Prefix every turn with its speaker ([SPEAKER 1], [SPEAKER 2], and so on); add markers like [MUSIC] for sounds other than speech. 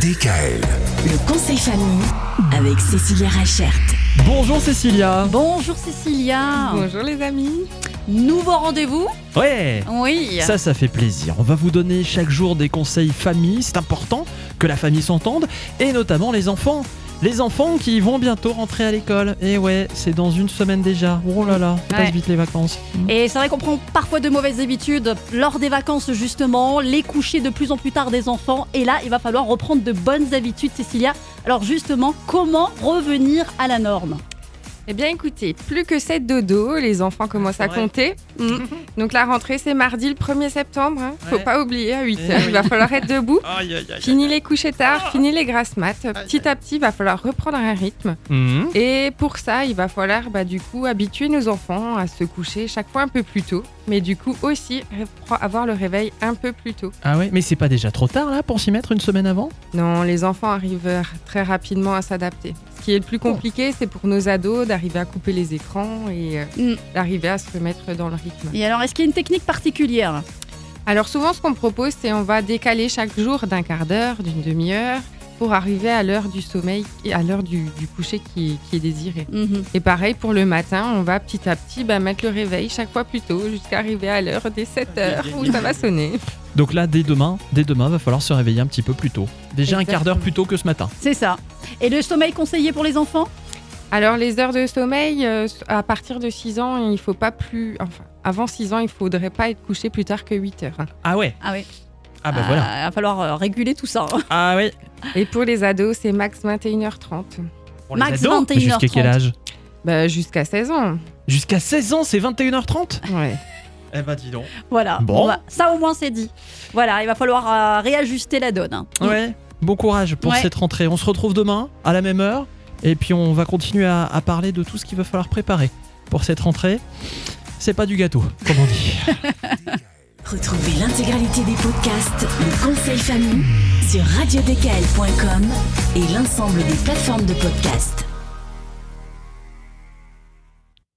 [SPEAKER 1] DKL.
[SPEAKER 2] Le conseil famille avec Cécilia Rachert.
[SPEAKER 3] Bonjour Cécilia.
[SPEAKER 4] Bonjour Cécilia.
[SPEAKER 5] Bonjour les amis.
[SPEAKER 4] Nouveau rendez-vous
[SPEAKER 3] Ouais.
[SPEAKER 4] Oui.
[SPEAKER 3] Ça, ça fait plaisir. On va vous donner chaque jour des conseils famille. C'est important que la famille s'entende et notamment les enfants. Les enfants qui vont bientôt rentrer à l'école. Et ouais, c'est dans une semaine déjà. Oh là là, ça passe
[SPEAKER 4] Ouais.
[SPEAKER 3] vite les vacances.
[SPEAKER 4] Et c'est vrai qu'on prend parfois de mauvaises habitudes lors des vacances justement, les coucher de plus en plus tard des enfants. Et là, il va falloir reprendre de bonnes habitudes, Cécilia. Alors justement, comment revenir à la norme
[SPEAKER 5] Eh bien écoutez, plus que 7 dodo, les enfants commencent
[SPEAKER 3] Ah, C'est
[SPEAKER 5] à
[SPEAKER 3] vrai.
[SPEAKER 5] compter.
[SPEAKER 3] [LAUGHS]
[SPEAKER 5] Mm. Donc la rentrée c'est mardi le 1er septembre, hein. faut
[SPEAKER 3] Ouais.
[SPEAKER 5] pas oublier à 8
[SPEAKER 3] Eh
[SPEAKER 5] heures,
[SPEAKER 3] oui. Oh.
[SPEAKER 5] il va falloir
[SPEAKER 3] [LAUGHS]
[SPEAKER 5] être debout.
[SPEAKER 3] Aïe, aïe, aïe.
[SPEAKER 5] Fini les couchers tard, fini les grasses maths, petit à petit il va falloir reprendre un rythme.
[SPEAKER 3] Mhm.
[SPEAKER 5] Et pour ça, il va falloir bah, du coup habituer nos enfants à se coucher chaque fois un peu plus tôt, mais du coup aussi repro- avoir le réveil un peu plus tôt.
[SPEAKER 3] Ah ouais, mais c'est pas déjà trop tard là pour s'y mettre une semaine avant
[SPEAKER 5] Non, les enfants arrivent euh, très rapidement à s'adapter. Ce qui est le plus compliqué, c'est pour nos ados d'arriver à couper les écrans et euh,
[SPEAKER 4] Mm.
[SPEAKER 5] d'arriver à se remettre dans le rythme.
[SPEAKER 4] Et alors, est-ce qu'il y a une technique particulière
[SPEAKER 5] Alors souvent, ce qu'on propose, c'est on va décaler chaque jour d'un quart d'heure, d'une demi-heure, pour arriver à l'heure du sommeil et à l'heure du, du coucher qui, qui est désirée.
[SPEAKER 4] Mhm.
[SPEAKER 5] Et pareil pour le matin, on va petit à petit bah, mettre le réveil chaque fois plus tôt, jusqu'à arriver à l'heure des 7 heures où ça va sonner.
[SPEAKER 3] Donc là, dès demain, dès demain, va falloir se réveiller un petit peu plus tôt. Déjà un quart d'heure
[SPEAKER 5] Exactement.
[SPEAKER 3] plus tôt que ce matin.
[SPEAKER 4] C'est ça. Et le sommeil conseillé pour les enfants
[SPEAKER 5] Alors les heures de sommeil, euh, à partir de 6 ans, il faut pas plus... Enfin, avant 6 ans, il faudrait pas être couché plus tard que 8 heures. hein.
[SPEAKER 3] Ah ouais.
[SPEAKER 4] Ah oui.
[SPEAKER 3] Ah bah voilà.
[SPEAKER 4] Il va falloir euh, réguler tout ça. hein.
[SPEAKER 3] Ah ouais.
[SPEAKER 5] Et pour les ados, c'est max 21h30.
[SPEAKER 3] Pour
[SPEAKER 4] Max
[SPEAKER 3] ados,
[SPEAKER 4] 21h30.
[SPEAKER 3] Jusqu'à quel âge
[SPEAKER 5] Bah, jusqu'à 16 ans.
[SPEAKER 3] Jusqu'à 16 ans, c'est 21h30
[SPEAKER 5] Ouais.
[SPEAKER 3] Eh ben dis donc.
[SPEAKER 4] Voilà.
[SPEAKER 3] Bon.
[SPEAKER 4] On va- Ça au moins c'est dit. Voilà, il va falloir euh, réajuster la donne. hein.
[SPEAKER 3] Ouais. Bon courage pour
[SPEAKER 4] Ouais.
[SPEAKER 3] cette rentrée. On se retrouve demain à la même heure et puis on va continuer à, à parler de tout ce qu'il va falloir préparer pour cette rentrée. C'est pas du gâteau, comme on dit.
[SPEAKER 2] Retrouvez l'intégralité des podcasts Le conseil famille sur radiodkl.com et l'ensemble des plateformes de podcasts.